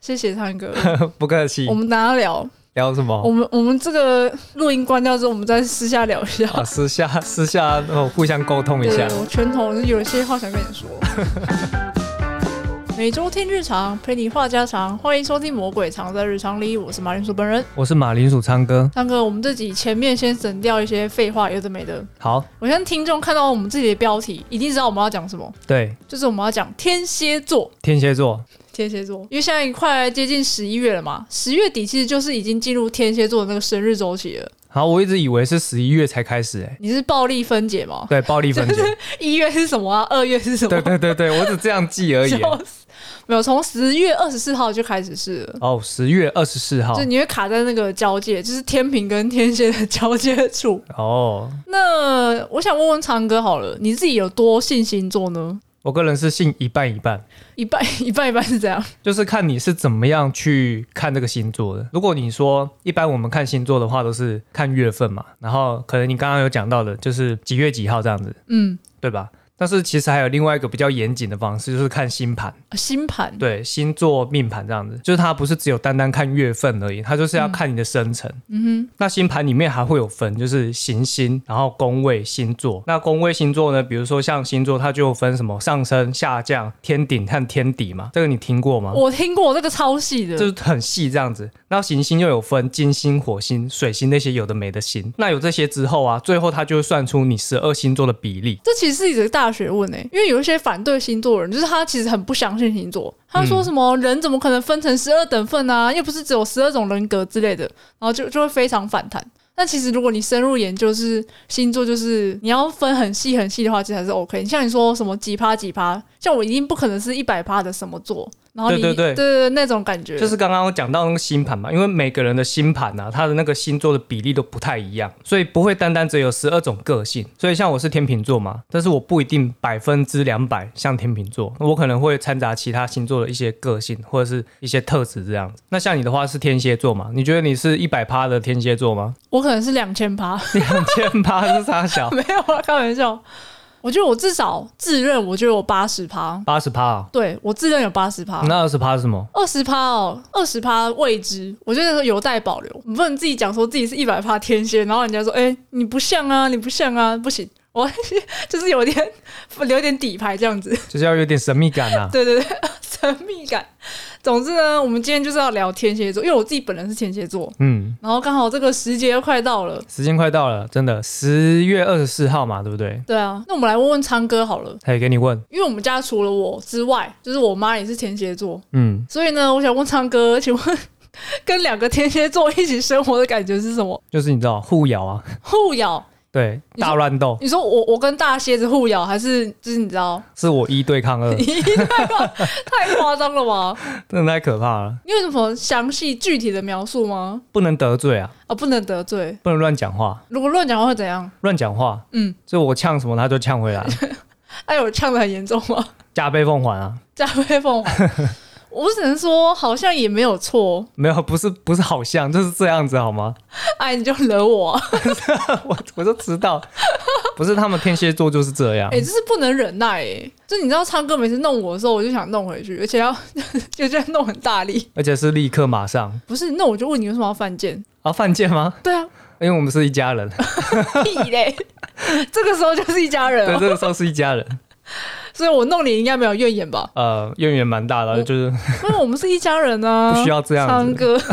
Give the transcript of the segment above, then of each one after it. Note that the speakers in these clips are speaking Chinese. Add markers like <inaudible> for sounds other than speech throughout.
谢谢汤 <laughs> 哥，不客气我。们等下聊。聊什么我？们我们这个录音关掉之后，我们再私下聊一 <laughs> 下。啊，私下私下呃互相沟通一下对，。我拳头有一些话想跟你 <laughs> 说。每周听日常，陪你话家常，欢迎收听《魔鬼藏在日常里》，我是马铃薯本人。我是马铃薯昌哥。那个，我们这集前面先省掉一些废话，有的没的。好，我相信听众看到我们自己的标题，一定知道我们要讲什么，对，就是我们要讲天蝎座。天蝎座，天蝎座，因为现在快接近十一月了嘛，十月底其实就是已经进入天蝎座的那个生日周期了。好，我一直以为是十一月才开始、欸，哎，你是暴力分解吗？对，暴力分 <laughs> 解，一月是什么啊？二月是什么？对对对对，我只这样记而已、欸笑死！没有，从十月二十四号就开始是了。哦，十月二十四号就，你会卡在那个交界，就是天平跟天蝎的交界 <laughs> 处。哦，那我想问问长哥好了，你自己有多信星座呢？我个人是信一半一半，一半一半一半是这样，就是看你是怎么样去看这个星座的。如果你说一般我们看星座的话，都是看月份嘛，然后可能你刚刚有讲到的，就是几月几号这样子，嗯，对吧？但是其实还有另外一个比较严谨的方式，就是看星盘，星盘对星座命盘这样子，就是它不是只有单单看月份而已，它就是要看你的生辰。嗯哼，那星盘里面还会有分，就是行星，然后宫位星座。那宫位星座呢，比如说像星座，它就有分什么上升、下降、天顶和天底嘛，这个你听过吗？我听过这个超细的，就是很细这样子。那行星又有分金星、火星、水星那些有的没的星。那有这些之后啊，最后它就会算出你十二星座的比例。这其实是一个大学问诶、欸因为有一些反对星座的人，就是他其实很不相信星座，他说什么人怎么可能分成十二等份啊，又不是只有十二种人格之类的，然后就就会非常反弹。但其实如果你深入研究是星座，就是你要分很细很细的话，其实还是 OK。像你说什么几趴几趴，像我一定不可能是一百趴的什么座，然后你对对对那种感觉，就是刚刚我讲到那个星盘嘛，因为每个人的星盘啊，它的那个星座的比例都不太一样，所以不会单单只有十二种个性。所以像我是天秤座嘛，但是我不一定百分之两百像天秤座，我可能会掺杂其他星座的一些个性或者是一些特质这样子。那像你的话是天蝎座嘛？你觉得你是一百趴的天蝎座吗？我 <laughs> 可能是两千趴，两千趴是啥小？没有啊，开玩笑。我觉得我至少自认，我觉得我八十趴，八十趴啊？对我自认有八十趴，那二十趴是什么？二十趴哦，二十趴未知，我觉得有待保留。你不能自己讲说自己是一百趴天蝎，然后人家说，哎、你不像啊，你不像啊，不行，我 <laughs> 就是有点留点底牌这样子。就是要有点神秘感啊。对对对， <laughs> 神秘感。总之呢，我们今天就是要聊天蝎座，因为我自己本人是天蝎座，嗯，然后刚好这个时节又快到了。时间快到了，真的，十月二十四号嘛，对不对？对啊，那我们来问问昌哥好了，嘿，给你问，因为我们家除了我之外，就是我妈也是天蝎座，嗯，所以呢，我想问昌哥，请问 <laughs> 跟两个天蝎座一起生活的感觉是什么？就是你知道互咬啊，互咬？对，你说大乱斗你说我我跟大蝎子互咬，还是就是你知道？ <laughs> 是我一对抗二，太夸张了吧？真的太可怕了，你有什么详细具体的描述吗？不能得罪啊，啊，不能得罪，不能乱讲话，如果乱讲话会怎样？乱讲话，嗯，就我呛什么他就呛回来， <laughs> 哎呦，呛的很严重吗？加倍奉还啊，加倍奉还。我只能说，好像也没有错。没有，不是不是好像就是这样子好吗？ <laughs> 哎，你就惹我、啊，我我就知道，不是他们天蝎座就是这样哎、，这是不能忍耐哎、就你知道，唱歌每次弄我的时候，我就想弄回去，而且要 <laughs> 就这样弄很大力。而且是立刻马上不是，那我就问你为什么要犯贱？啊，犯贱吗？对啊，因为我们是一家人，屁嘞！ <laughs> 这个时候就是一家人对，哦、这个时候是一家人，所以我弄你应该没有怨言 <laughs> 吧？呃，渊源蛮大的，我就是因为我们是一家人啊，不需要这样唱子， <laughs> 歌。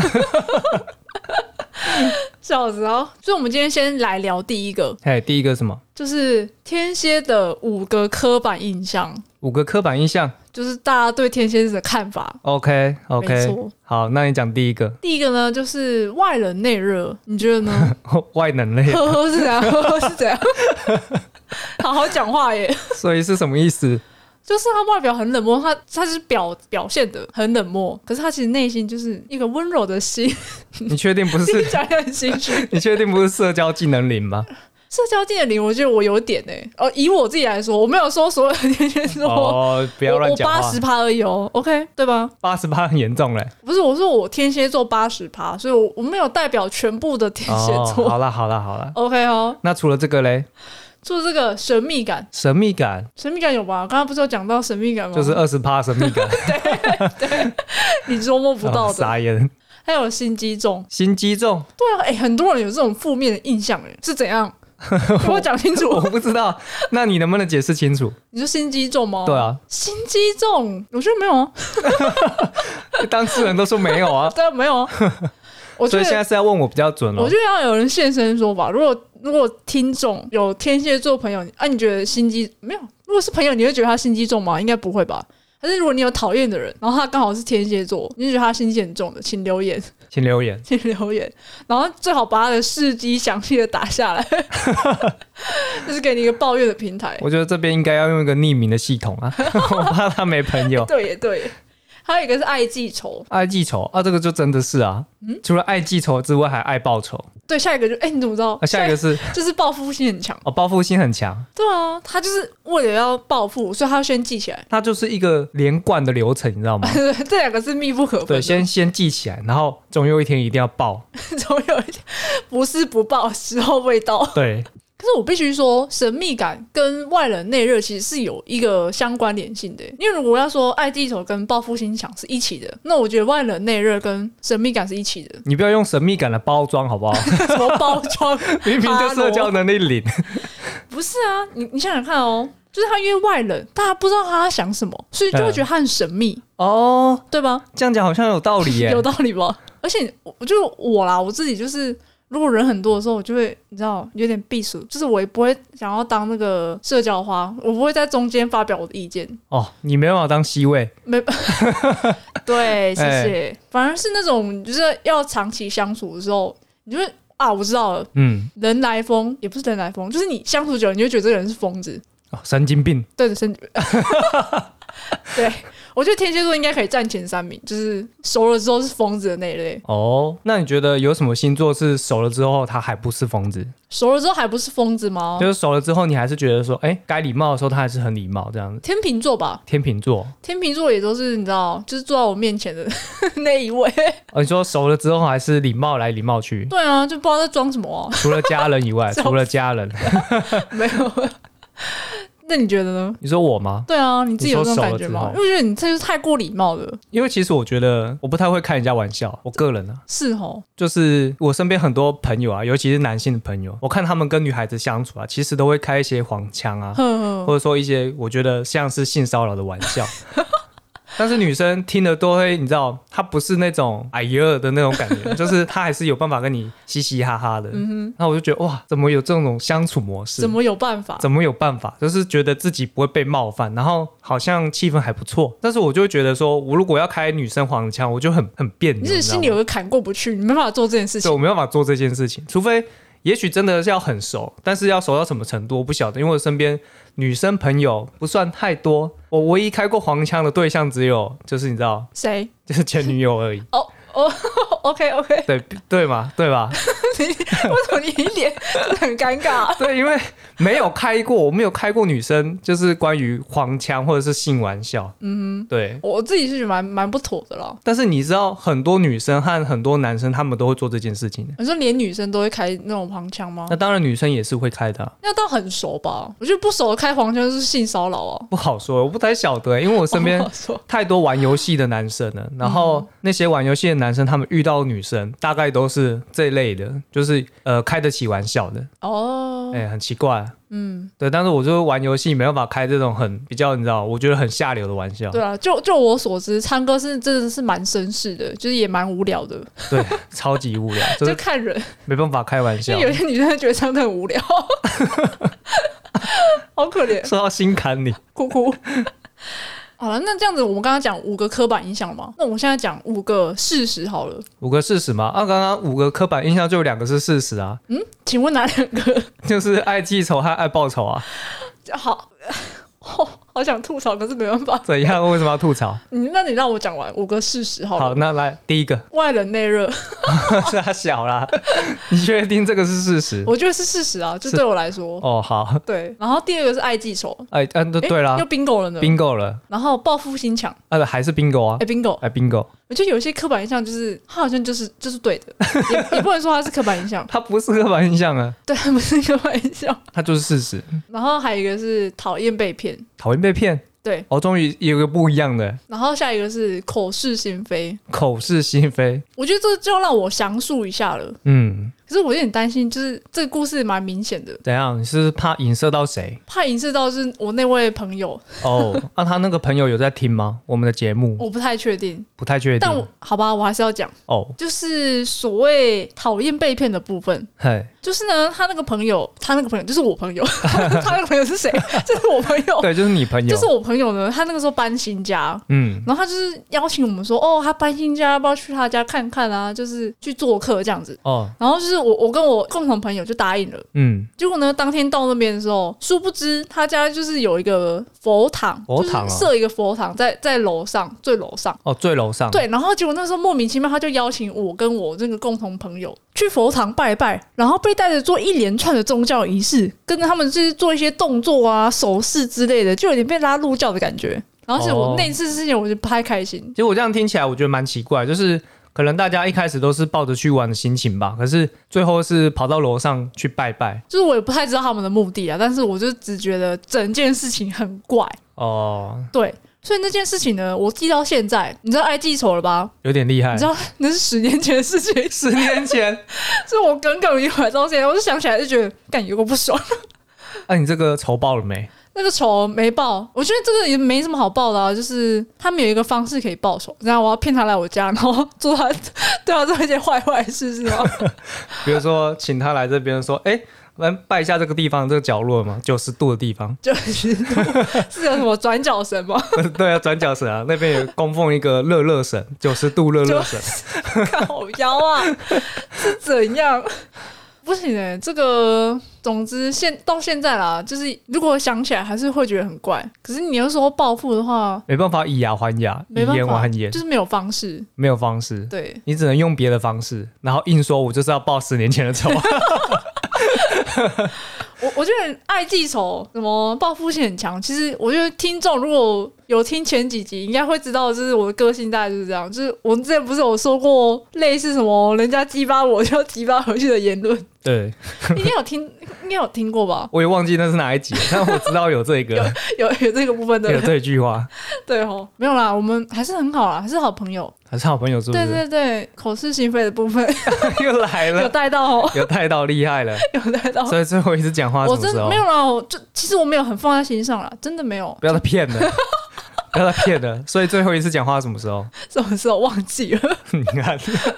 笑死哦！所以，我们今天先来聊第一个，嘿，第一个什么？就是天蝎的五个刻板印象，五个刻板印象就是大家对天蝎的看法。 ，OK 没 OK，错，好，那你讲第一个 <laughs> 第一个呢就是外冷内热，你觉得呢？外能 <laughs> 类，呵呵是怎样？呵呵是 <laughs> 怎样？好好讲话耶！所以是什么意思？就是他外表很冷漠，他他是表表现的很冷漠，可是他其实内心就是一个温柔的心，你确定不听 <laughs> 是？起来很心虚。你确定不是社交技能零吗？ <laughs> 社交技能零，我觉得我有点哎、哦，以我自己来说，我没有说所有的天蝎座，哦，不要我乱我讲八话十，趴而已哦，OK 对吧？八十八很严 <laughs> 重嘞。不是，我说我天蝎座八十趴，所以我我没有代表全部的天蝎哦，座、好啦好啦好啦， o k 哦。那除了这个嘞，就是这个神秘感，神秘感神秘感有吧？刚刚不是有讲到神秘感吗？就是呃二十趴神秘感， <laughs> 哦你捉摸不到的。傻眼。还有心机重，心机重， <laughs> 对啊，哎、很多人有这种负面的印象，哎，是怎 <laughs> 样？给我讲清我楚。不知道，那你能不能解释清楚？你说心机重吗？对，啊，心机重，我觉得没有啊，，当事人都说没有啊对啊，没有啊。 <laughs> <laughs> 我觉所以得现在是要问我比较准哦了我。觉得要有人现身说法。如果如果听众有天蝎座朋友，啊，你觉得心机没有？如果是朋友，你会觉得他心机重吗？应该不会吧。还是如果你有讨厌的人，然后他刚好是天蝎座，你就觉得他心机很重的，请留言， <laughs> 请留言，请留言，然后最好把他的事迹详细的打下来， <laughs> 就是给你一个抱怨的平台。我觉得这边应该要用一个匿名的系统 <laughs> 啊， <laughs> 我怕他没朋友。对耶，对耶。还有一个是爱记仇，爱记仇啊，这个就真的是啊，嗯除了爱记仇之外，还爱报仇。对，下一个就哎、你怎么知道？<laughs> 啊，下一个是就是报复心很强。哦，报复心很强，对啊，他就是为了要报复，所以他要先记起来。？它就是一个连贯的流程，你知道吗 <laughs> 这两个是密不可分的。对，先先记起来，然后总有一天一定要报。 <laughs> 总有一天不是不报，时候未到。对，可是我必须说，神秘感跟外冷内热其实是有一个相关联性的。因为如果要说爱记仇跟报复心强是一起的，那我觉得外冷内热跟神秘感是一起的。你不要用神秘感来包 <laughs> 装，好不好？ <laughs> 什么包 <laughs> 装？明明就社交能力零，不是啊，你你想想看哦，就是他因为外冷，大家不知道他在想什么，所以就会觉得他很神秘，哦，对吧？这样讲好像有道理耶 <laughs> 有。道理吧？而且我我就我啦，我自己就是，如果人很多的时候，我就会你知道有点避暑，就是我也不会想要当那个社交花，我不会在中间发表我的意见。哦，你没办法当 C 位，没，对，谢哎谢。反而是那种就是要长期相处的时候，你就会啊，我知道了，嗯，人来疯也不是人来疯，就是你相处久了，你就会觉得这个人是疯子。哦神经病，对的，身体。 <laughs> 对，我觉得天蝎座应该可以占前三名，就是熟了之后是疯子的那一类。哦，那你觉得有什么星座是熟了之后他还不是疯子？熟了之后还不是疯子吗就？是熟了之后你还是觉得说，哎、该礼貌的时候他还是很礼貌这样子。天秤座吧，天秤座，天秤座也都是你知道，就是坐在我面前的 <laughs> 那一位。哦，你说熟了之后还是礼貌来礼貌去，对啊，就不知道在装什么啊、除了家人以外，笑死除了家人， <laughs> 没有。那你觉得呢？你说我吗？对啊，你自己有这种感觉吗？你说熟了之后因为我觉得你这就是太过礼貌了，因为其实我觉得我不太会开人家玩笑，我个人啊，是哦吼。就是我身边很多朋友啊，尤其是男性的朋友，我看他们跟女孩子相处啊，其实都会开一些黄腔啊，哼哼，或者说一些我觉得像是性骚扰的玩笑。 <laughs> 但是女生听了都会，你知道，她不是那种哎呀的那种感觉，就是她还是有办法跟你嘻嘻哈哈的。嗯、那我就觉得哇，怎么有这种相处模式？怎么有办法？怎么有办法？就是觉得自己不会被冒犯，然后好像气氛还不错。但是我就会觉得说，我如果要开女生黄腔，我就很很别扭，你是知道心吗里有个坎过不去，你没办法做这件事对，情。我没办法做这件事情，除非也许真的是要很熟，但是要熟到什么程度我不晓得，因为我身边女生朋友不算太多，我唯一开过黄腔的对象只有就是你知道，谁。就是前女友而已？OK OK，对对嘛，对吧？ <laughs> <laughs> 为什么你一脸 <laughs> 真的很尴尬啊、对，因为没有开过，我没有开过女生，就是关于黄腔或者是性玩笑。嗯，对。我自己是觉得蛮蛮不妥的啦。但是你知道，很多女生和很多男生他们都会做这件事情的。你说连女生都会开那种黄腔吗那？当然，女生也是会开的啊、要到很熟吧？我觉得不熟的开黄腔就是性骚扰啊。不好说，我不太晓得、因为我身边不好说太多玩游戏的男生嗯了，然后那些玩游戏的男生，他们遇到女生大概都是这一类的，就是呃开得起玩笑的，哦，哎、很奇怪、嗯，对，但是我就玩游戏没办法开这种很比较，你知道，我觉得很下流的玩笑，对啊，就就我所知，唱歌是真的是蛮绅士的，就是也蛮无聊的，对，超级 <laughs> 无聊，就就是看人。没办法开玩因笑 <laughs> 为。有些女生觉得唱歌很无聊， <laughs> 好可怜，说到心坎里，哭哭。 <laughs> 好了，那这样子，我们刚刚讲五个刻板印象了嘛，那我们现在讲五个事实好了。五个事实嘛，啊，刚刚五个刻板印象就有两个是事实嗯啊，请问哪两个？ <laughs> 就是爱记仇和爱报仇啊。好，哦，好想吐槽，可是没办法。怎样？为什么要吐槽？你那你让我讲完五个事实好了。好，那来第一个， <laughs> 外冷内热，是他小啦。你确定这个是事实？我觉得是事实啊，就是对我来说，哦，好， <laughs> 对。然后第二个是爱记仇，哎，嗯，对诶对啦又 bingo 了呢。 ，bingo 了，然后报复心强，呃，还是 bingo 啊哎、，bingo，哎，bingo，我觉得有一些刻板印象就是他好像就是就是对的，也也不能说他是刻板印象，它不是刻板印象啊，对，不是刻板印象。它就是事实。然后还有一个是讨厌被骗，讨厌被骗，对。哦，终于有个不一样的然后下一个是口是心非，口是心非。我觉得这就要让我详述一下了。嗯，可是我有点担心，就是这个故事蛮明显的，怎样？你是不是怕影射到谁？怕影射到是我那位朋友，哦， <laughs> 那、他那个朋友有在听吗？我们的节目我不太确定。不太确定。哦但我好吧，我还是要讲，哦，就是所谓讨厌被骗的部分。嘿，就是呢，他那个朋友，他那个朋友就是我朋友， <laughs> 他那个朋友是谁？就是我朋友，对，就是你朋友，哦就是我朋友呢。他那个时候搬新家，嗯，然后他就是邀请我们说，哦，他搬新家，要不要去他家看看啊？就是去做客这样子。哦，然后就是我，我跟我共同朋友就答应了。嗯，结果呢，当天到那边的时候，殊不知他家就是有一个佛堂，佛堂啊就是设一个佛堂在在楼上最楼上。哦，最楼上，，对，然后结果那时候莫名其妙，他就邀请我跟我这个共同朋友去佛堂拜拜，然后被带着做一连串的宗教仪式，跟着他们就是做一些动作啊、手势之类的，就有点被拉入教的感觉。然后是哦我那次事情，我就不太开心。其实我这样听起来，我觉得蛮奇怪，就是可能大家一开始都是抱着去玩的心情吧，可是最后是跑到楼上去拜拜，就是我也不太知道他们的目的啊，但是我就只觉得整件事情很怪，哦，对，所以那件事情呢，我记到现在，你知道爱记仇了吧？有点厉害你知。道那是十年前的事情，十年前，所以我耿耿于怀到现在，我就想起来就觉得感觉过不爽。那、啊你这个仇报了没？那个仇没报，我觉得这个也没什么好报的啊，就是他们有一个方式可以报仇，然后我要骗他来我家，然后做他 <laughs> 对他做一些坏坏事，是吗？。比如说，请他来这边说，哎、来拜一下这个地方，这个角落嘛，九十度的地方 <laughs> 就是 <laughs> 是有什么转角神吗？ <laughs> 对啊，转角神啊，那边有供奉一个乐乐神，九十度乐乐神。烤腰啊，是怎样？不行哎、这个总之现到现在啦，就是如果想起来还是会觉得很怪。可是你要说报复的话，没办法以牙还牙，以没办眼法，还眼就，是没有方式。没有方式，对，你只能用别的方式，然后硬说我就是要报十年前的 <laughs> 仇。我我觉得爱记仇什么报复性很强。其实我觉得听众如果有听前几集，应该会知道，就是我的个性大概就是这样。就是我之前不是有说过类似什么人家激发我就要激发回去的言 <laughs> 论，对，应该有听，应该有听过吧？我也忘记那是哪一集，但我知道有这个有 <laughs> 有这个部分的有人。这句话，对哦，没有啦，我们还是很好啦，还是好朋友。还是好朋友是不对是？对对，口是心非的部 <laughs> 分又来有了，带到哦， <laughs> 有带到厉害了，有带到。所以最后一次讲话什我么真时候没？有啦，我就其实我没有很放在心上啦，真的没有，不要再骗 <laughs> 了，不要再骗了。所以最后一次讲话什么时候？ <laughs> 什么时候忘记了，你看， <laughs>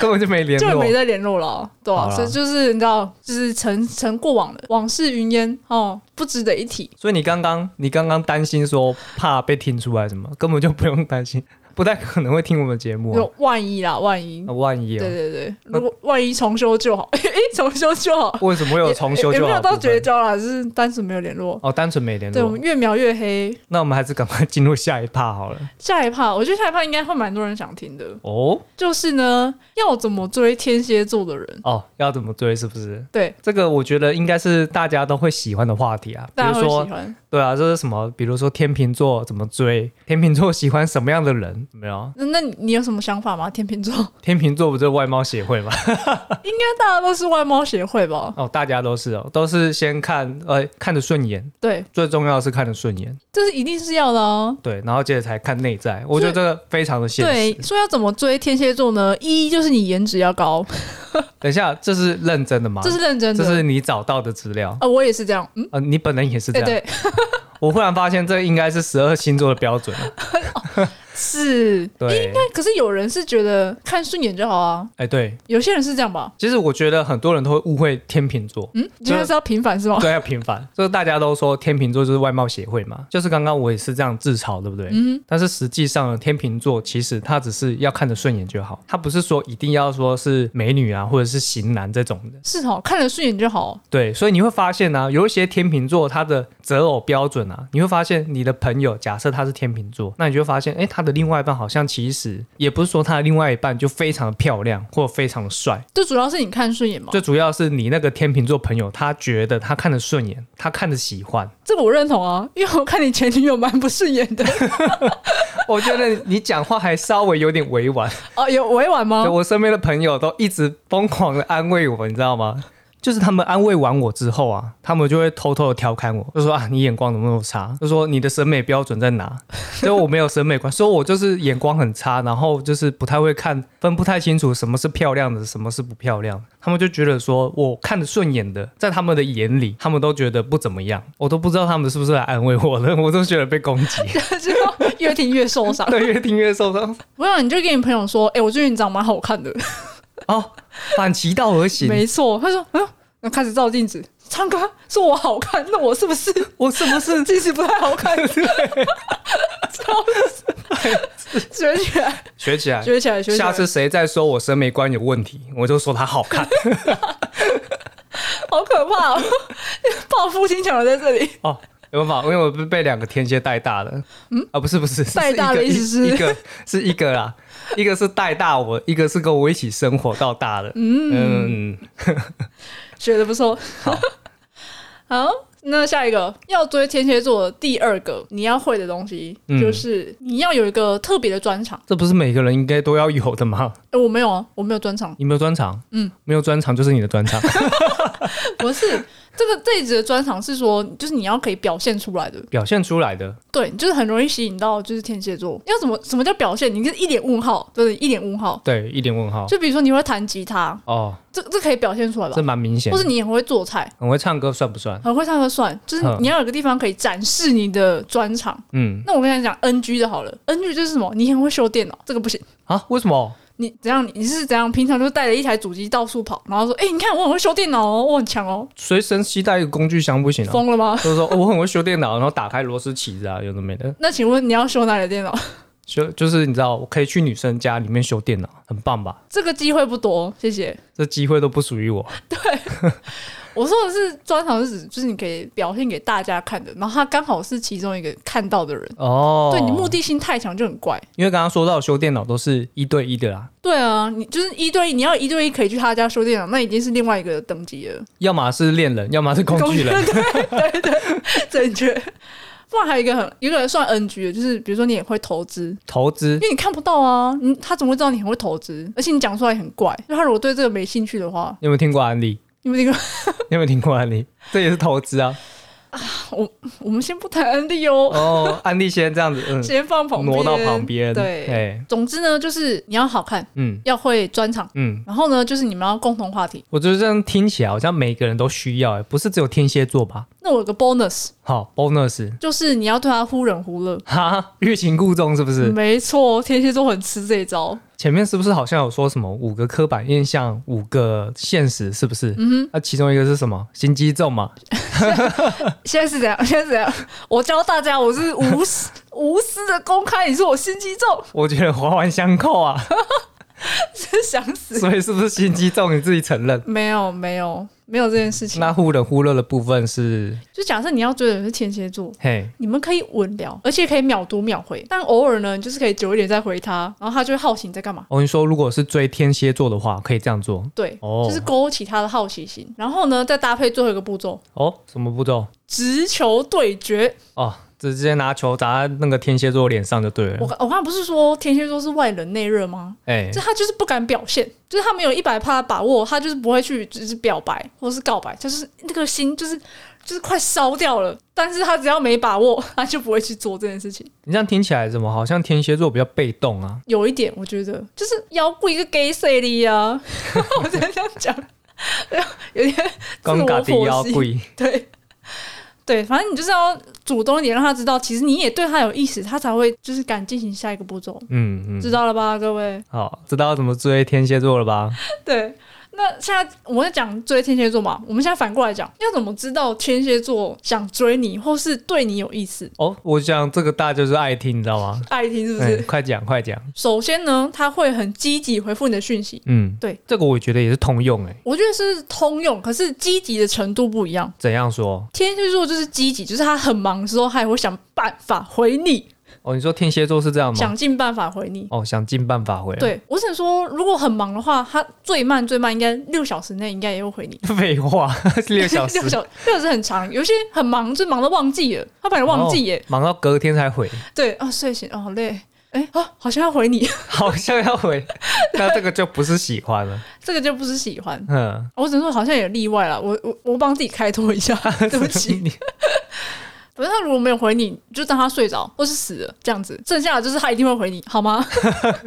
根本就没联就络没。再联络了哦，对吧、好啦所以就是你知道，就是成成过往了，往事云烟哦，不值得一提。所以你刚刚你刚刚担心说怕被听出来什么，根本就不用担心，不太可能会听我们节目、啊。就万一啦，万一那，万一、哦。对对对，如果万一重修就好， <laughs> 诶，重修就好，为什么会有重修也就没好有的部到分？绝交啦，只是单纯没有联络。哦，单纯没联对我络们。越描越黑，那我们还是赶快进入下一趴好 <laughs> 了。下一趴，我觉得下一趴应该会蛮多人想听的，哦就是呢，要怎么追天蝎座的人？哦，要怎么追是不是？对，这个我觉得应该是大家都会喜欢的话题啊。比大如家会说喜，欢。对啊，这是什么？比如说天秤座怎么追？天秤座喜欢什么样的人？有没有，那那你你有什么想法吗？天秤座 <laughs> 应天秤座不是外貌协会吗？ <laughs> 该大家都是外貌协会吧？哦，大家都是哦，都是先看呃看着顺眼，对，最重要的是看着顺眼，这是一定是要的啊。对，然后接着才看内在。我觉得这个非常的现对，实。说要怎么追天蝎座呢？一就是你颜值要高，等一下，这是认真的吗？这是认真这的。是你找到的资料。啊，我也是这样，嗯，呃，你本人也是对这样。对，我忽然发现，这应该是十二星座的标准了。是，对，但可是有人是觉得看顺眼就好啊，哎，对，有些人是这样吧？其实我觉得很多人都会误会天秤座，嗯，你今天是要平反是吗？ <laughs> 对，要平凡。就是大家都说天秤座就是外貌协会嘛，就是刚刚我也是这样自嘲，对不对？嗯，但是实际上呢，天秤座其实他只是要看着顺眼就好，他不是说一定要说是美女啊，或者是型男这种的。是哦，看了顺眼就好。对，所以你会发现呢、有一些天秤座他的择偶标准啊，你会发现你的朋友假设他是天秤座，那你就会发现，哎，他的另外一半好像其实也不是说他的另外一半就非常的漂亮或非常的帅，最主要是你看顺眼嘛，最主要是你那个天秤座朋友他觉得他看得顺眼，他看得喜欢。这个我认同啊，因为我看你前女友蛮不顺 <laughs> 眼的我觉得你讲话还稍微有点委婉，哦，有委婉吗对？我身边的朋友都一直疯狂的安慰我，你知道吗？就是他们安慰完我之后啊，他们就会偷偷的调侃我，就说啊，你眼光怎么那么差？就说你的审美标准在哪？所以我没有审美观，所以我就是眼光很差，然后就是不太会看，分不太清楚什么是漂亮的，什么是不漂亮的。他们就觉得说我看得顺眼的，在他们的眼里，他们都觉得不怎么样。我都不知道他们是不是来安慰我的，我都觉得被攻击，就越听越受伤。对，越听越受伤。我想你就跟你朋友说，哎、我最近长蛮好看的，哦，反其道而行，没错。他说，嗯，那开始照镜子，唱歌说我好看，那我是不是我是不 <laughs> 是？其实不太好看？超学起来，学起来，学起来，学起下来，次谁再说我审美观有问题，我就说他好 <laughs> 看好可怕、哦！报复心强的在这里。哦。有办法，因为我被两个天蝎带大的，嗯啊，不是不是，是带大的一个意思一是一个是一个啦，一个是带大我，一个是跟我一起生活到大的，嗯学的不错。好好，那下一个要追天蝎座的第二个你要会的东西，嗯就是你要有一个特别的专长。这不是每个人应该都要有的吗？，诶我没有啊，我没有专长你没有专长，嗯，没有专长就是你的 <laughs> 专长，不是这个这一集的专长是说，就是你要可以表现出来的，表现出来的，对，就是很容易吸引到就是天蝎座。要怎么什么叫表现？你是一脸问号，对，一脸问号。对，一点问号，就比如说你会弹吉他，哦，这这可以表现出来吧这？蛮明显或的是，你很会做菜，很会唱歌算不算？很会唱歌算，就是嗯你要有个地方可以展示你的专长。嗯，那我跟你讲 NG 的好了，NG 就是什么？你很会修电脑，这个不行。啊，为什么？你怎样？你是怎样？平常就带着一台主机到处跑，然后说：“哎、你看我很会修电脑哦，我很强哦，随身携带一个工具箱不行啊？疯了吗就是说、哦我很会修电脑，然后打开螺丝起子啊，有的没的？”。那请问你要修哪里的电脑？修就是你知道，我可以去女生家里面修电脑，很棒吧？这个机会不多，谢谢。这机会都不属于我。我说的是专长是指就是你可以表现给大家看的，然后他刚好是其中一个看到的人。哦对你目，的性太强就很怪。因为刚刚说到修电脑都是一对一的啦，对啊，你就是一对一，你要一对一可以去他家修电脑，那已经是另外一个等级 <laughs> 了。要么是恋人，要么是工具人。正确。不然还有一个很一个算 NG 的，就是比如说你也会投资， <laughs> 投资因为你看不到啊，你他怎么会知道你很会投资？而且你讲出来也很怪。就他如果对这个没兴趣的话，你有没有听过案例？你们这个你有没有听过案例？这也是投资啊。我们先不谈案例哦， <laughs> 哦，案例先这样子，嗯，先放旁边，挪到旁边。对，哎，总之呢，就是你要好看，嗯要会专场，嗯。然后呢，就是你们要共同话题。我觉得这样听起来好像每个人都需要、哎，不是只有天蝎座吧？那我有个 bonus，好，bonus，就是你要对他忽冷忽热。哈，欲擒故纵是不是？没错，天蝎座很吃这一招。前面是不是好像有说什么五个刻板印象，五个现实，是不是？嗯那、其中一个是什么？心机重嘛？ <laughs> 现在是怎样？ <laughs> 现在是怎样？我教大家，我是无 <laughs> 私无私的公开，你说我心机重， <laughs> 我觉得环环相扣啊，真想死。所以是不是心机重你自己承认？没有，没有，没有这件事情。那忽冷忽热的部分是，就假设你要追的人是天蝎座，嘿，你们可以稳聊，而且可以秒读秒回，但偶尔呢，你就是可以久一点再回他，然后他就会好奇你在干嘛。哦我跟你说，如果是追天蝎座的话，可以这样做对，哦就是勾起他的好奇心，然后呢，再搭配最后一个步骤，哦。什么步骤？直球对决。哦，直接拿球砸在那个天蝎座脸上就我对了。刚我刚刚不是说天蝎座是外冷内热吗？哎就，他就是不敢表现，就是他没有一百趴把握，他就是不会去就是表白或是告白，就是那个心就是就是快烧掉了，但是他只要没把握，他就不会去做这件事情。你这样听起来怎么好像天蝎座比较被动啊？有一点，我觉得就是要顾一个 gay 谁的呀， <laughs> 我才这样讲，有点自刚我嘎的腰剖析。贵，对，对，反正你就是要主动一点，让他知道，其实你也对他有意思，他才会就是敢进行下一个步骤，嗯嗯，知道了吧，各位？好，知道怎么追天蝎座了吧？ <laughs> 对，那现在我们在讲追天蝎座嘛，我们现在反过来讲，要怎么知道天蝎座想追你或是对你有意思？哦，我想这个大家就是爱听，你知道吗？爱听是不是？嗯快讲快讲，首先呢，他会很积极回复你的讯息，嗯，对，这个我觉得也是通用哎诶、我觉得是通用，可是积极的程度不一样。怎样说？天蝎座就是积极，就是他很忙的时候，他也会想办法回你，哦，你说天蝎座是这样吗？想尽办法回你。哦，想尽办法回来。对我想说，如果很忙的话，他最慢最慢应该六小时内应该也会回你。废话， <laughs> 六小 <laughs> 时，六小六小时很长，有些很忙，就忙到忘记了，他本来忘记耶。哦忙到隔天 <laughs> 才回，对啊，睡醒哦好累，哎啊，好像要回你， <laughs> 好像要回，那这个就不是喜欢了。这个就不是喜欢。嗯，我只能说好像有例外了，我我我帮自己开脱一下， <laughs> 对不起。 <laughs> 你反正他如果没有回你，你就当他睡着或是死了这样子，剩下的就是他一定会回你，好吗？ <laughs>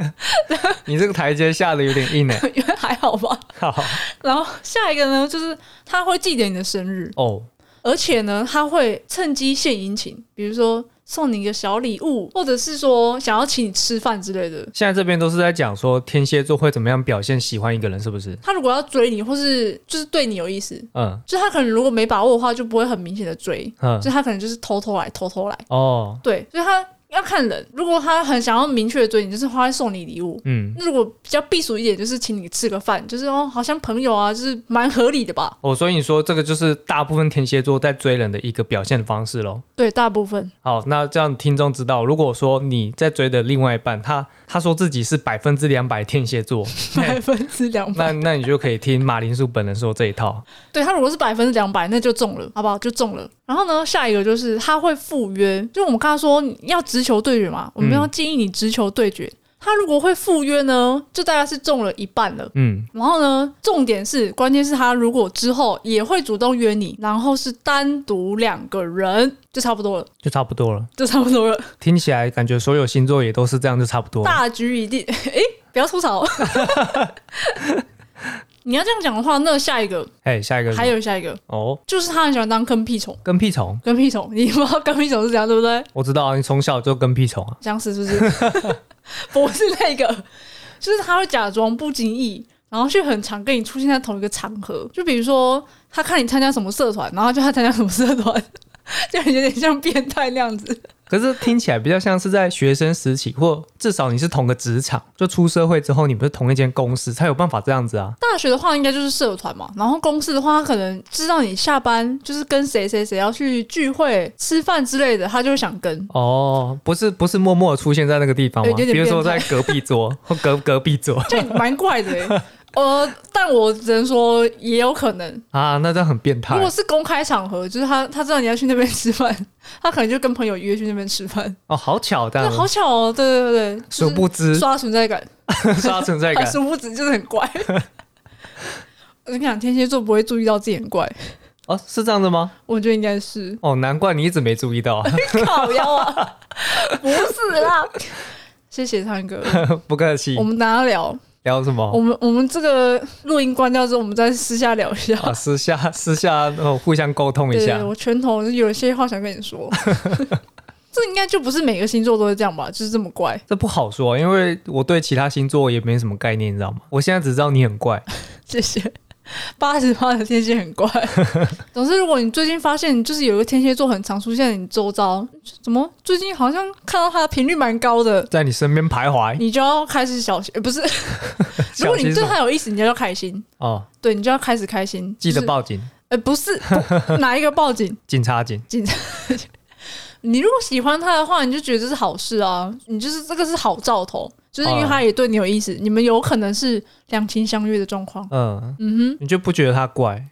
你这个台阶下的有点 <laughs> 硬诶、因为还好吧。好然后下一个呢，就是他会记得你的生日，哦，而且呢，他会趁机献殷勤，比如说送你一个小礼物，或者是说想要请你吃饭之类的。现在这边都是在讲说天蝎座会怎么样表现喜欢一个人，是不是？他如果要追你，或是就是对你有意思，嗯就是他可能如果没把握的话，就不会很明显的追，嗯就，他可能就是偷偷来，偷偷来。哦，对，所以他要看人，如果他很想要明确的追你，就是他会送你礼物。嗯，那如果比较避暑一点，就是请你吃个饭，就是哦，好像朋友啊，就是蛮合理的吧？哦，所以你说这个就是大部分天蝎座在追人的一个表现方式咯。对，大部分 <laughs> <laughs> 好，那这样听众知道，如果说你在追的另外一半，他他说自己是百分之两百天蝎座，百分之两百。那那你就可以听马铃薯本人说这一套。对他如果是百分之两百，那就中了，好不好？就中了。然后呢，下一个就是他会赴约，就我们刚才说你要直球对决嘛，我们嗯要建议你直球对决。他如果会赴约呢，就大概是中了一半了。嗯，然后呢，重点是，关键是他如果之后也会主动约你，然后是单独两个人，就差不多了，就差不多了。就差不多了，听起来感觉所有星座也都是这样，就差不多了。大局已定。诶，不要吐槽。 <laughs> 你要这样讲的话，那下一个哎，下一个是还有下一个，哦，就是他很喜欢当跟屁虫。跟屁虫，跟屁虫，你不知道跟屁虫是怎样，对不对？我知道啊你从小就跟屁虫啊。僵尸是不 <laughs> 是？不是那个，就是他会假装不经意，然后却很常跟你出现在同一个场合。就比如说，他看你参加什么社团，然后就他参加什么社团， <laughs> 就有点像变态那样子。可是听起来比较像是在学生时期，或至少你是同个职场，就出社会之后，你们是同一间公司，才有办法这样子啊。大学的话，应该就是社团嘛。然后公司的话，他可能知道你下班就是跟谁谁谁要去聚会、吃饭之类的，他就会想跟。哦，不是不是默默地出现在那个地方有吗？有点比如说变态在隔壁桌 <laughs> 或隔隔壁桌这蛮怪的、欸，呃，但我只能说也有可能，啊，那这样很变态如。果是公开场合，就是他他知道你要去那边吃饭， <laughs> 他可能就跟朋友约去那边吃饭。哦，好巧，这那样好巧哦，对对对对，殊不就是知刷存在感， <laughs> 刷存在 <laughs> 感。殊不知就是很怪。 <laughs> 我跟你讲，天蝎座不会注意到自己很怪，哦，是这样的吗？我觉得应该 <laughs> 是哦，难怪你一直没注意到 <laughs> 啊。靠腰啊，不是啦。谢谢唱 <laughs> 哥，不客气我，们等下聊。聊什我么？们我们这个录音关掉之后，我们再私下聊一下。啊，私下 <laughs> 私下哦，互相沟通一对下对，。我拳头有一些话想跟你 <laughs> 说。这应该就不是每个星座都是这样吧？就是这么怪。这不好说，因为我对其他星座也没什么概念，你知道吗？我现在只知道你很怪。谢谢。八十八的天蝎很 <laughs> 怪。总之，如果你最近发现就是有一个天蝎座很常出现在你周遭，怎么最近好像看到它的频率蛮高的，在你身边徘徊， <laughs> 你就要开始小心，呃不 <laughs> 是？如小果你心手对他有意思，你就要开心，哦，对你就要开始开心。记得就是？报警，呃，不是，不哪一个报警？警察警。你如果喜欢他的话，你就觉得这是好事啊，你就是这个是好兆头，就是啊因为他也对你有意思，你们有可能是两情相悦的状况。嗯，嗯哼，你就不觉得他怪？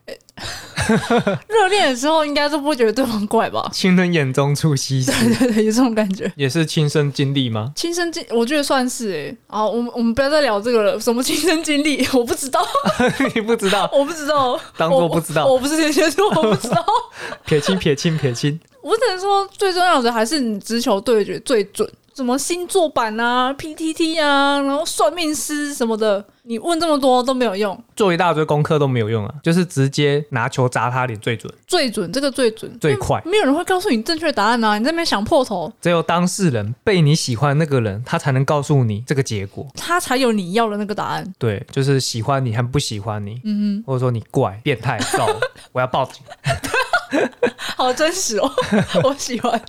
热恋的时候应该都不会觉得对方怪吧？情人眼中出西施，对 <laughs> 对对，有这种感觉。也是亲身经 <laughs> 历吗？亲身经，我觉得算是哎、好，我们我们不要再聊这个了。什么亲身经历， <laughs> 我不知道，你不知道，我不知道，当做不知我道，我不是天蝎座，我不知 <laughs> 道。撇清撇清撇清。我只能说，最重要的还是你直球对决最准，什么星座版啊、PTT 啊，然后算命师什么的，你问这么多都没有用。做一大堆功课都没有用啊，就是直接拿球砸他脸最准最准这个最准，最快。没有人会告诉你正确答案啊！你在那边想破头，只有当事人被你喜欢的那个人，他才能告诉你这个结果。他才有你要的那个答案。对，就是喜欢你和不喜欢你，嗯，或者说你怪、变态、造， <laughs> 我要报警。好真实哦， <laughs> 我喜欢。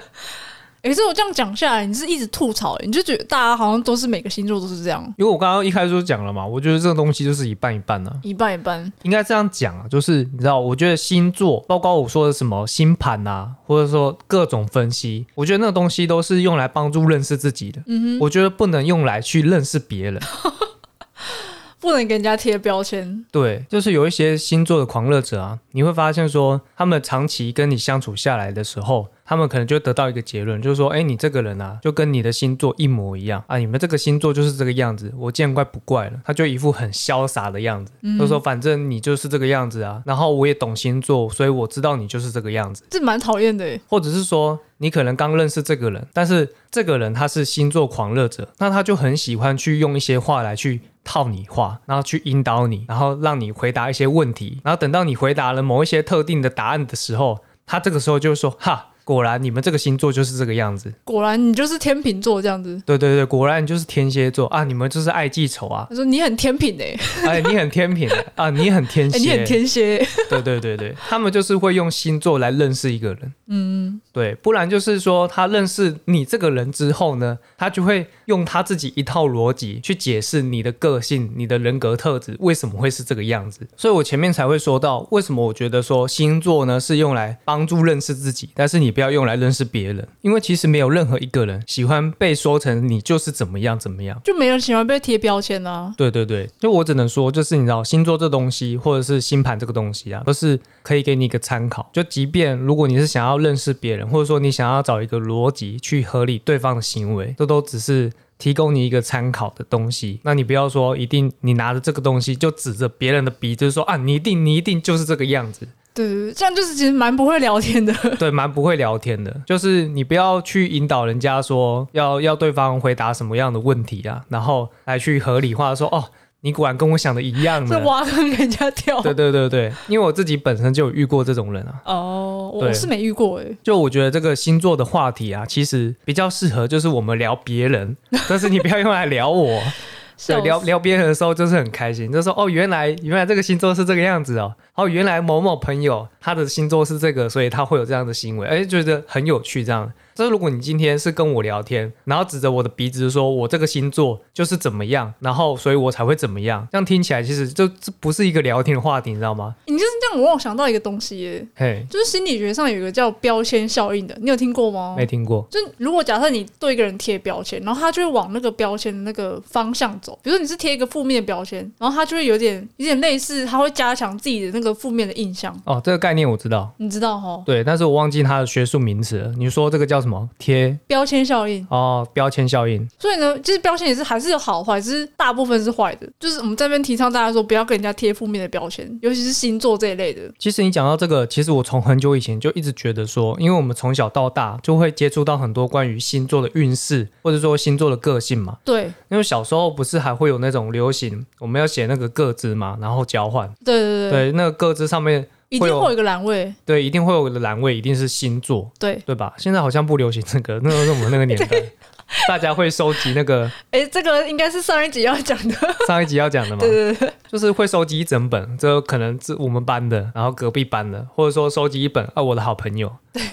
<laughs> 诶，这我这样讲下来，你是一直吐槽、欸诶你就觉得大家好像都是每个星座都是这样，因为我刚刚一开始就讲了嘛，我觉得这个东西就是一半一半啊。一半一半。应该这样讲啊，就是你知道，我觉得星座，包括我说的什么星盘啊，或者说各种分析，我觉得那个东西都是用来帮助认识自己的。嗯哼，我觉得不能用来去认识别人。不能给人家贴标签，对，就是有一些星座的狂热者啊，你会发现说，他们长期跟你相处下来的时候，他们可能就得到一个结论，就是说，哎，你这个人啊，就跟你的星座一模一样啊，你们这个星座就是这个样子，我见怪不怪了。他就一副很潇洒的样子，就说反正你就是这个样子啊，然后我也懂星座，所以我知道你就是这个样子，这蛮讨厌的、欸诶或者是说。你可能刚认识这个人，但是这个人他是星座狂热者，那他就很喜欢去用一些话来去套你话，然后去引导你，然后让你回答一些问题，然后等到你回答了某一些特定的答案的时候，他这个时候就会说：“哈，果然你们这个星座就是这个样子。果然你就是天秤座这样子。”对对对，果然你就是天蝎座啊，你们就是爱记仇啊，他说你很天秤欸诶，哎，你很天平啊，你很天诶蝎，你很天蝎、诶对对对 <laughs> 对，他们就是会用星座来认识一个人。嗯，对，不然就是说他认识你这个人之后呢，他就会用他自己一套逻辑去解释你的个性、你的人格特质为什么会是这个样子。所以我前面才会说到，为什么我觉得说星座呢是用来帮助认识自己，但是你不要用来认识别人，因为其实没有任何一个人喜欢被说成你就是怎么样怎么样。就没人喜欢被贴标签啊。对对对，就我只能说，就是你知道星座这东西，或者是星盘这个东西啊，都是可以给你一个参考。就即便如果你是想要认识别人，或者说你想要找一个逻辑去合理对方的行为，这都只是提供你一个参考的东西。那你不要说一定你拿着这个东西就指着别人的鼻子说啊，你一定你一定就是这个样子。对对对，这样就是其实蛮不会聊天的。对，蛮不会聊天的，就是你不要去引导人家说要要对方回答什么样的问题啊，然后来去合理化说哦，你果然跟我想的一样是呢。挖坑给人家跳。 <laughs> 对对对对，因为我自己本身就有遇过这种人啊。哦，我对是没遇过诶，就我觉得这个星座的话题啊，其实比较适合就是我们聊别人， <laughs> 但是你不要用来聊我。 <laughs> 笑死对，聊聊别人的时候就是很开心，就说哦，原来原来这个星座是这个样子哦，哦，原来某某朋友他的星座是这个，所以他会有这样的行为，哎，觉得很有趣这样。但是如果你今天是跟我聊天，然后指着我的鼻子说我这个星座就是怎么样，然后所以我才会怎么样，这样听起来其实就这不是一个聊天的话题，你知道吗？你就是这样，我让我想到一个东西耶，嘿，就是心理学上有一个叫标签效应的，你有听过吗？没听过。就是如果假设你对一个人贴标签，然后他就会往那个标签的那个方向走。比如说你是贴一个负面的标签，然后他就会有点有点类似，他会加强自己的那个负面的印象，哦，这个概念我知道，你知道哈？对，但是我忘记它的学术名词了。你说这个叫什么？贴标签效应。哦，标签效应。所以呢，其实标签也是还是有好坏，只是大部分是坏的。就是我们这边提倡大家说不要给人家贴负面的标签，尤其是星座这一类的。其实你讲到这个，其实我从很久以前就一直觉得说，因为我们从小到大就会接触到很多关于星座的运势，或者说星座的个性嘛。对因为小时候不是还会有那种流行，我们要写那个个字嘛，然后交换。对对对，对，那个个字上面，一定会有会有一个栏位。对，一定会有个栏位，一定是星座，对，对吧？现在好像不流行这个，那是我们那个年代，大家会收集那个哎，这个应该是上一集要讲的。上一集要讲的嘛。 <laughs> 对对对，就是会收集一整本，这可能是我们班的，然后隔壁班的，或者说收集一本啊，我的好朋友，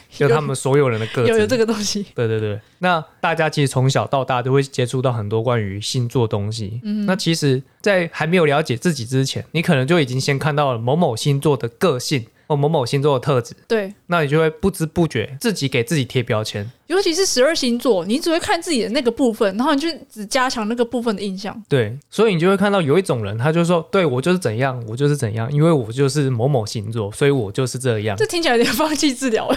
就他们所有人的各自。有有这个东西。对对对，那大家其实从小到大都会接触到很多关于星座东西。嗯，那其实，在还没有了解自己之前，你可能就已经先看到了某某星座的个性或某某星座的特质，对，那你就会不知不觉自己给自己贴标签。尤其是十二星座，你只会看自己的那个部分，然后你就只加强那个部分的印象。对，所以你就会看到有一种人，他就说：“对我就是怎样，我就是怎样，因为我就是某某星座，所以我就是这样。”这听起来有点放弃治疗。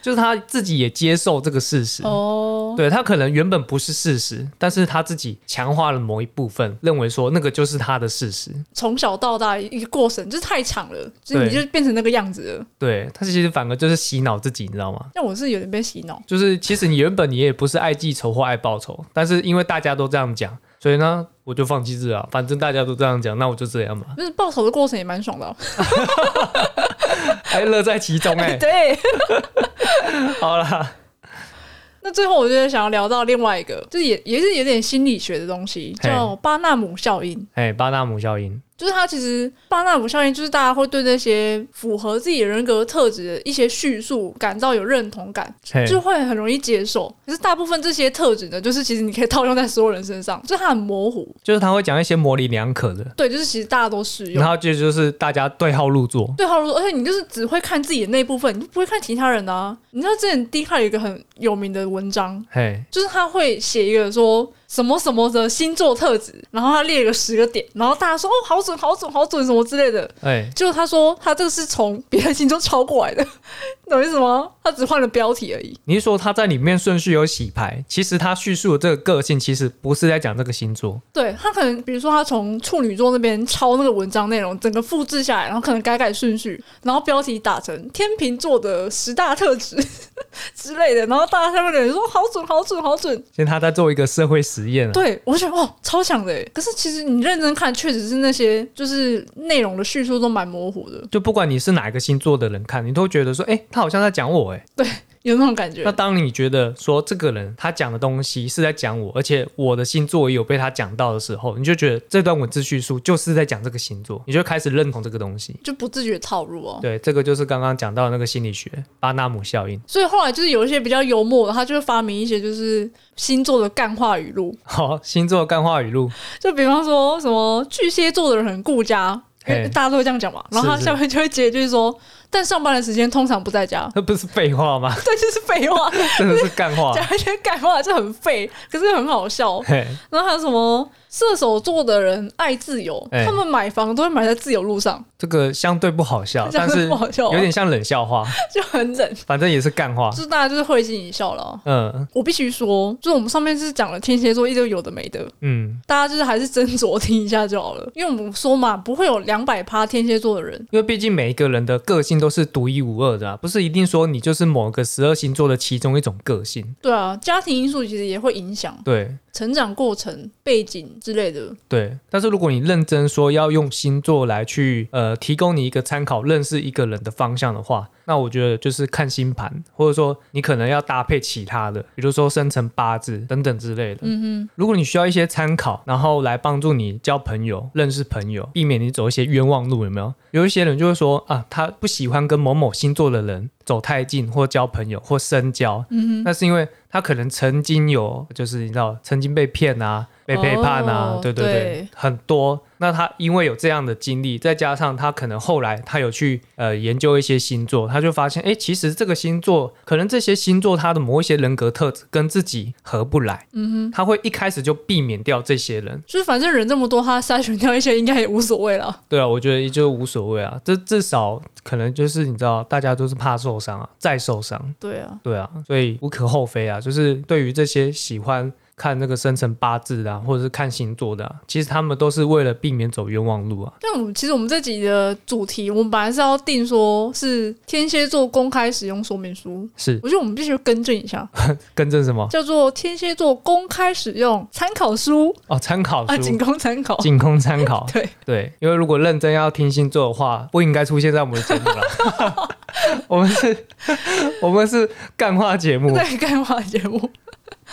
就是他自己也接受这个事实。哦， <laughs> 对他可能原本不是事实，但是他自己强化了某一部分，认为说那个就是他的事实。从小到大一个过程就是太长了，就是你对就变成那个样子了。对他其实反而就是洗脑自己，你知道吗？那我是有点被洗脑，就是其实你原本你也不是爱记仇或爱报仇，但是因为大家都这样讲，所以呢我就放弃治疗。反正大家都这样讲，那我就这 <laughs> 样嘛，就是报仇的过程也蛮爽的啊、还乐在其中 <laughs> 哎、 <laughs> 对，好啦，那最后我就想要聊到另外一个，就是也也是有点心理学的东西，嘿叫巴纳姆效应。哎、巴纳姆效应，就是它其实巴纳姆效应，就是大家会对那些符合自己人格特质的一些叙述感到有认同感，嘿就会很容易接受。可是大部分这些特质呢，就是其实你可以套用在所有人身上，就是它很模糊。就是他会讲一些模棱两可的，对，就是其实大家都适用然。后就就是大家对号入座，对，好如说，而且你就是只会看自己的那一部分，你就不会看其他人的啊。你知道之前 D 卡有一个很有名的文章，嘿，就是他会写一个说什么什么的星座特质，然后他列了十个点，然后大家说哦好准好准好准什么之类的，哎、就他说他这个是从别的星座抄过来的， <laughs> 你懂意思吗？他只换了标题而已。你是说他在里面顺序有洗牌？其实他叙述的这个个性，其实不是在讲这个星座，对他可能，比如说他从处女座那边抄那个文章内容，整个复制下来，然后可能改改顺序，然后标题打成天秤座的十大特质 <laughs> 之类的，然后大家下面的人说好准好准好准，其实他在做一个社会实验啊。对，我就觉得哦，超强的耶。可是其实你认真看，确实是那些就是内容的叙述都蛮模糊的，就不管你是哪一个星座的人看，你都会觉得说，哎、他好像在讲我、哎。有那种感觉那。当你觉得说这个人他讲的东西是在讲我，而且我的星座也有被他讲到的时候，你就觉得这段文字叙述就是在讲这个星座，你就开始认同这个东西。就不自觉套路哦，对，这个就是刚刚讲到的那个心理学巴纳姆效应。所以后来就是有一些比较幽默的，他就会发明一些就是星座的干话语录，好、星座干话语录， <laughs> 就比方说什么巨蟹座的人很顾家，因为嘿大家都会这样讲嘛。然后他是是，下面就会接一句说，但上班的时间通常不在家 <laughs> 那不是废话吗？这就是废话，真的是 <laughs> 干话。讲一些干话就很废，可是很好笑。嘿，然后还有什么射手座的人爱自由，哎他们买房都会买在自由路上，这个相对不好笑，这样但是不好笑啊有点啊像冷笑 <laughs> 话，就很冷，反正也是干话就。是大家就是会心一笑了。嗯我必须说，就是我们上面是讲了天蝎座一堆有的没的，嗯，大家就是还是斟酌听一下就好了，因为我们说嘛，不会有两百趴天蝎座的人，因为毕竟每一个人的个性都是独一无二的、啊，不是一定说你就是某个十二星座的其中一种个性。对啊，家庭因素其实也会影响对，成长过程、背景之类的。对，但是如果你认真说要用星座来去呃提供你一个参考，认识一个人的方向的话，那我觉得就是看星盘，或者说你可能要搭配其他的，比如说生辰八字等等之类的。嗯哼，如果你需要一些参考，然后来帮助你交朋友、认识朋友，避免你走一些冤枉路，有没有？有一些人就会说啊，他不喜欢跟某某星座的人走太近，或交朋友，或深交。嗯哼，那是因为他可能曾经有，就是你知道，曾经被骗啊，被背叛啊，哦对对对，对很多。那他因为有这样的经历，再加上他可能后来他有去呃研究一些星座，他就发现，哎，其实这个星座可能这些星座他的某一些人格特质跟自己合不来，嗯哼，他会一开始就避免掉这些人。就是反正人这么多，他筛选掉一些应该也无所谓了。对啊，我觉得就无所谓啊，这至少可能就是你知道，大家都是怕受伤啊，再受伤，对啊，对啊，所以无可厚非啊。就是对于这些喜欢看那个生辰八字的、啊，或者是看星座的、啊，其实他们都是为了避免走冤枉路啊。但我们其实我们这集的主题，我们本来是要定说是天蝎座公开使用说明书，是我觉得我们必须更正一下，更正什么？叫做天蝎座公开使用参考书哦，参考啊，仅书。供参考。仅供参考 <laughs> ，对，对，因为如果认真要听星座的话，不应该出现在我们的节目了。 <laughs> 我们是，我们是干话节目。在干嘛节目？ <laughs>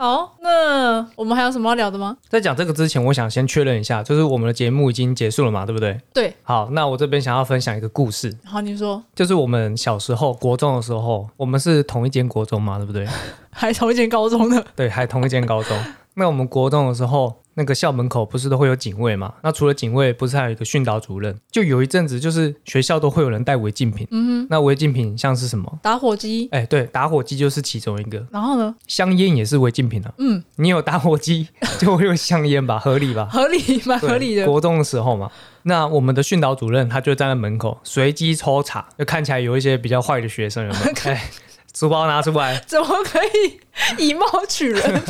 好，那我们还有什么要聊的吗？在讲这个之前，我想先确认一下，就是我们的节目已经结束了嘛，对不对？对，好，那我这边想要分享一个故事，好，你说就是我们小时候国中的时候，我们是同一间国中嘛，对不对？还同一间高中的，对，还同一间高中。那我们国中的时候，那个校门口不是都会有警卫嘛？那除了警卫，不是还有一个训导主任？就有一阵子，就是学校都会有人带违禁品。嗯那违禁品像是什么？打火机，哎、对，打火机就是其中一个，然后呢，香烟也是违禁品啊。嗯，你有打火机 <laughs> 就会有香烟吧，合理吧？合理蛮对合理的，国中的时候嘛，那我们的训导主任他就站在门口随机抽查，就看起来有一些比较坏的学生，有没 <laughs> 有？哎，书包拿出来， <laughs> 怎么可以以貌取人？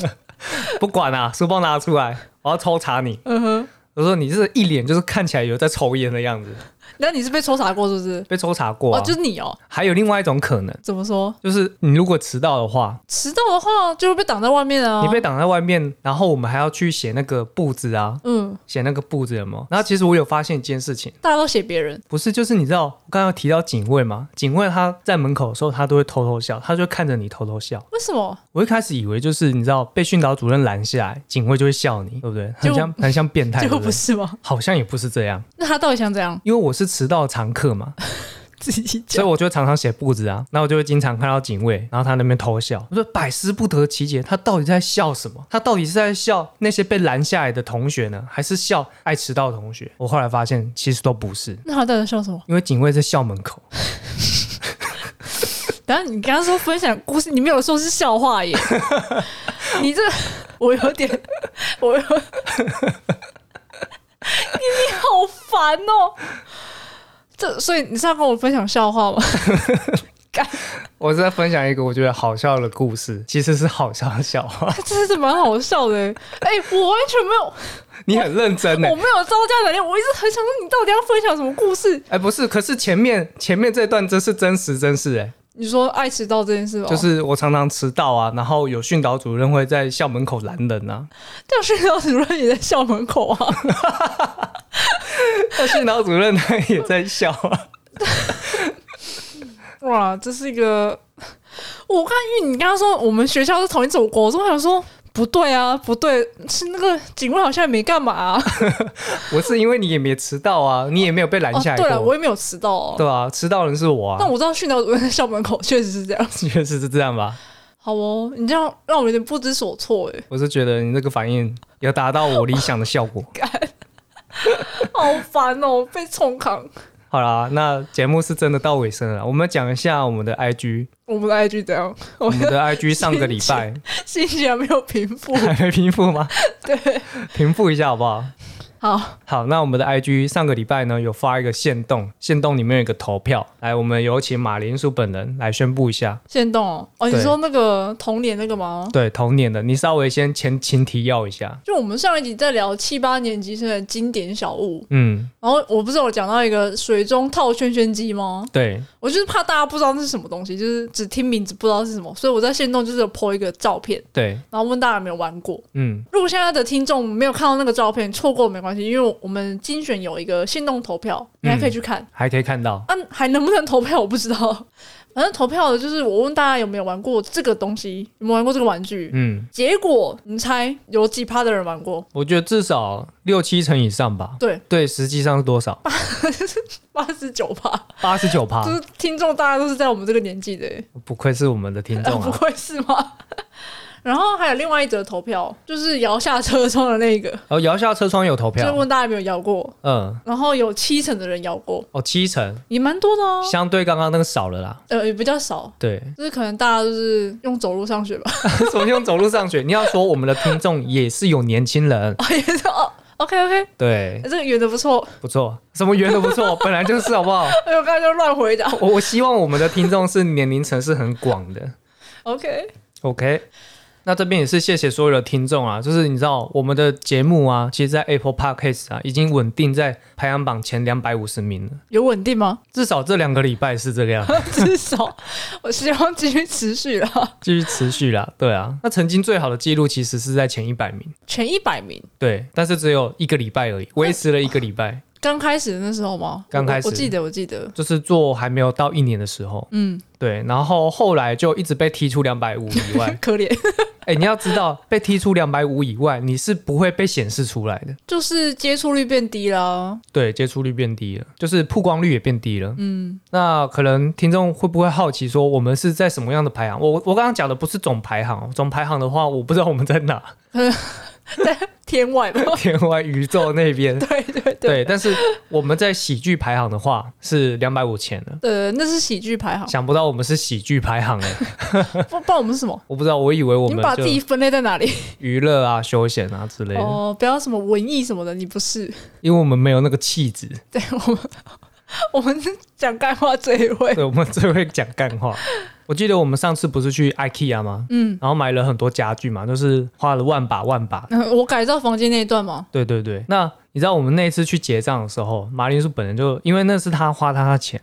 不管啊，书包拿出来，我要抽查你。嗯哼，我说你这一脸就是看起来有在抽烟的样子，那你是被抽查过是不是？被抽查过、哦，啊。就是你哦，还有另外一种可能，怎么说？就是你如果迟到的话，迟到的话就会被挡在外面啊。你被挡在外面，然后我们还要去写那个簿子啊，嗯，写那个簿子有没有？然后其实我有发现一件事情，大家都写别人，不是就是你知道我刚刚有提到警卫嘛，警卫他在门口的时候，他都会偷偷笑，他就看着你偷偷笑。为什么？我一开始以为就是你知道被训导主任拦下来，警卫就会笑你，对不对？很像很像变态，结对果不不对？是吗？ <laughs> 好像也不是这样，那他到底想怎样？因为我是迟到的常客嘛，自己所以讲。 <laughs> 我就会常常写簿子啊，然后我就会经常看到警卫，然后他那边偷笑，我说百思不得其解，他到底在笑什么？他到底是在笑那些被拦下来的同学呢，还是笑爱迟到的同学？我后来发现其实都不是，那他到底在笑什么？因为警卫在校门口，等下你刚刚说分享故事，你没有说是笑话 <laughs> 耶？你这我有点，我 <laughs> 有，你你好烦哦。这所以你是要跟我分享笑话吗？我是在分享一个我觉得好笑的故事，其实是好笑的笑话。 <laughs> 这真是蛮好笑的耶。哎、我完全没有，你很认真欸呢、我没有招架能力，我一直很想说你到底要分享什么故事？哎、不是，可是前面前面这段真是真实真事哎、你说爱迟到这件事吗？哦就是我常常迟到啊，然后有训导主任会在校门口拦 <laughs> 人啊，教训导主任也在校门口 <laughs> 啊，那训导主任他也在笑 <laughs> 啊，哇，这是一个，我看因为你刚刚说我们学校是同一种国，我中想说不对啊，不对，是那个警卫好像也没干嘛、 <laughs> 啊，我是因为你也没迟到啊，你也没有被拦哦下来对了，过，我也没有迟到哦、对啊，迟到的人是我但啊，我知道训导主任在校门口确实是这样。 <laughs> 确实是这样吧，好哦，你这样让我有点不知所措哎、我是觉得你这个反应有达到我理想的 <laughs> 效果。哦好烦哦，被冲扛。好啦，那节目是真的到尾声了，我们讲一下我们的 IG，我们的 IG 这样，我我们们的的 IG 上个礼拜心情还没有平复。还没平复吗？对，平复一下好不好？ <laughs> 好，好，那我们的 IG 上个礼拜呢有发一个限动，限动里面有一个投票，来，我们有请马铃薯本人来宣布一下。先动哦。哦，你对说那个童年那个吗？对，童年的，你稍微先前情提要一下。就我们上一集在聊七八年级生的经典小物，嗯，然后我不是有讲到一个水中套圈圈机吗？对，我就是怕大家不知道那是什么东西，就是只听名字不知道是什么，所以我在线动就是有 po 一个照片，对，然后问大家有没有玩过。嗯，如果现在的听众没有看到那个照片，错过没关系，因为我们精选有一个线动投票，你还可以去看。还可以看到，啊，还能不能投票我不知道。 <laughs> 反正投票的就是我问大家有没有玩过这个东西，有没有玩过这个玩具。嗯，结果你猜有几趴的人玩过？我觉得至少六七成以上吧。对，对，实际上是多少？八十九趴，八十九趴就，是听众大家都是在我们这个年纪的、欸不愧是我们的听呃 <laughs> 众不啊。愧是吗？然后还有另外一则投票，就是摇下车窗的那个，哦，摇下车窗有投就是票，问大家有没有摇过，嗯，然后有七成的人摇过，哦，七成，也蛮多的哦、相对刚刚那个少了啦。呃，也比较少，对，就是可能大家就是用走路上学吧， <laughs> <laughs> 怎么用走路上学？你要说我们的听众也是有年轻人，哦，也是哦，OK OK，对，这个演的不错，不错，什么圆都不错， <laughs> 本来就是好不好？哎呦，我刚才就乱回答我我希望我们的听众是年龄层是很广的。 ，OK， OK，那这边也是谢谢所有的听众啊，就是你知道我们的节目啊，其实，在 Apple Podcast 啊，已经稳定在排行榜前两百五十名了，有稳定 <laughs> 吗？至少这两个礼拜是这个样， <laughs> 至少我希望继续持续啦，继续持续啦。对啊，那曾经最好的记录其实是在前一百名，前一百名。对，但是只有一个礼拜而已，维持了一个礼拜，刚开始的那时候吗？刚开我我始记得，我记得，就是做还没有到一年的时候，嗯，对，然后后来就一直被踢出两百五以外。 <laughs> 可怜，哎、你要知道，被踢出两百五以外，你是不会被显示出来的。就是接触率变低啦。对，接触率变低了，就是曝光率也变低了。嗯，那可能听众会不会好奇说，我们是在什么样的排行？我我刚刚讲的不是总排行哦，总排行的话，我不知道我们在哪。 <laughs> 在天外吧？天外宇宙那边。 <laughs> 对对对，对，但是我们在喜剧排行的话是两百五前的，呃，那是喜剧排行，想不到我们是喜剧排行哎，不不然我们是什么？我不知道，我以为我你们们把就自己分类在哪里？娱乐啊、休闲啊之类的，哦，不要什么文艺什么的，你不是？因为我们没有那个气 <laughs> 质，对我们，我们是讲干话这一位。对，我们最会讲干话。我记得我们上次不是去 IKEA 吗？嗯，然后买了很多家具嘛，就是花了万把万把。嗯，我改造房间那一段吗？对对对，那你知道我们那一次去结账的时候，马铃薯本人就因为那是他花他 <laughs> 的钱，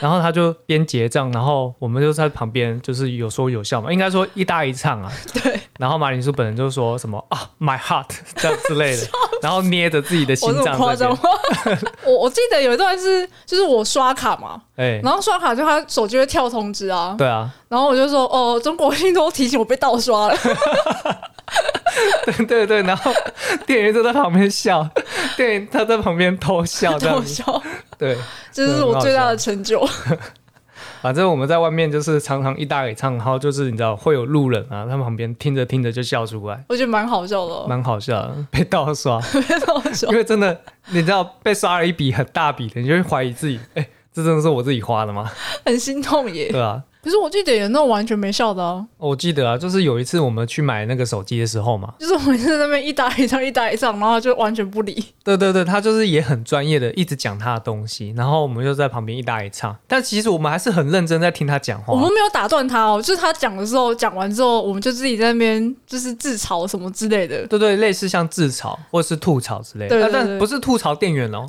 然后他就边结账，然后我们就在旁边就是有说有笑嘛，应该说一搭一唱啊。对，然后马铃薯本人就说什么啊，my heart <laughs> 这样 <laughs> 之类的，然后捏着自己的心我这么脏夸这张边吗，？ <laughs> 我我记得有一段是，就是我刷卡嘛，哎、然后刷卡就他手机会跳通知啊，对啊，然后我就说哦，中国信托提醒我被盗刷了， <laughs> 对对对， <laughs> 然后店员就在旁边笑，店员他在旁边偷笑哦 <laughs> 这偷样子，笑，对，这是我最大的成就。反正我们在外面就是常常一搭一唱，然后就是你知道会有路人啊，他们旁边听着听着就笑出来，我觉得蛮好笑的、哦，蛮好笑的，被盗 <laughs> 刷，被盗刷因。为真的你知道被刷了一笔很大笔的，你就会怀疑自己，哎、这真的是我自己花的吗？很心痛耶。对啊。可是我记得有那种完全没笑的啊，我记得啊，就是有一次我们去买那个手机的时候嘛，就是我们在那边一搭一唱一搭一唱，然后就完全不理。对对对，他就是也很专业的，一直讲他的东西，然后我们就在旁边一搭一唱，但其实我们还是很认真在听他讲话。我们没有打断他哦，就是他讲的时候，讲完之后，我们就自己在那边就是自嘲什么之类的。对对，类似像自嘲或是吐槽之类的，对对啊但对不是吐槽店员哦，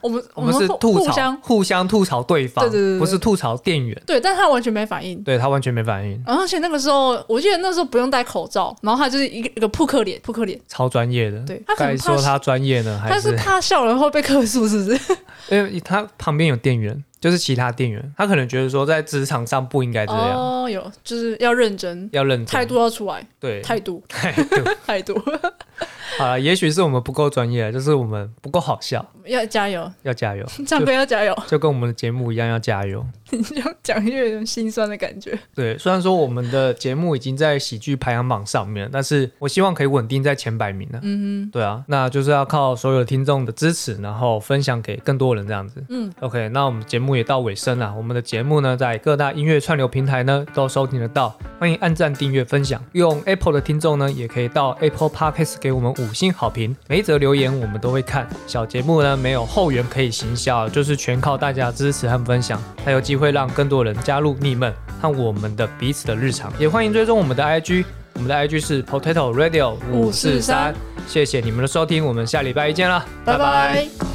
我们我们是互吐互槽相互相吐槽对方，对对对对不是吐槽店员。对，但他完全没反应。对他完全没反应，而且那个时候，我记得那时候不用戴口罩，然后他就是一个一个扑克脸，扑克脸，超专业的。对他可能该怕说他专业呢，还他是是怕笑了会被克诉，是不是？ <laughs> 因为他旁边有店员，就是其他店员，他可能觉得说在职场上不应该这样，哦，有就是要认真，要认真态度要出来，对态度， <laughs> 态度。 <laughs> 态度，好了，也许是我们不够专业，就是我们不够好笑，要加油，要加油，唱歌要加油。 <laughs> 就跟我们的节目一样要加油。你这样讲又有点心酸的感觉。对，虽然说我们的节目已经在喜剧排行榜上面，但是我希望可以稳定在前百名呢。嗯对啊，那就是要靠所有听众的支持，然后分享给更多人这样子。嗯，OK，那我们节目也到尾声了。我们的节目呢，在各大音乐串流平台呢都收听得到，欢迎按赞、订阅、分享。用 Apple 的听众呢，也可以到 Apple Podcast 给我们五星好评，每一则留言我们都会看。小节目呢没有后援可以行销，就是全靠大家的支持和分享，才有机会让更多人加入你们和我们的彼此的日常。也欢迎追踪我们的 IG，我们的 IG 是 Potato Radio 五四543三。谢谢你们的收听，我们下礼拜一见啦，拜拜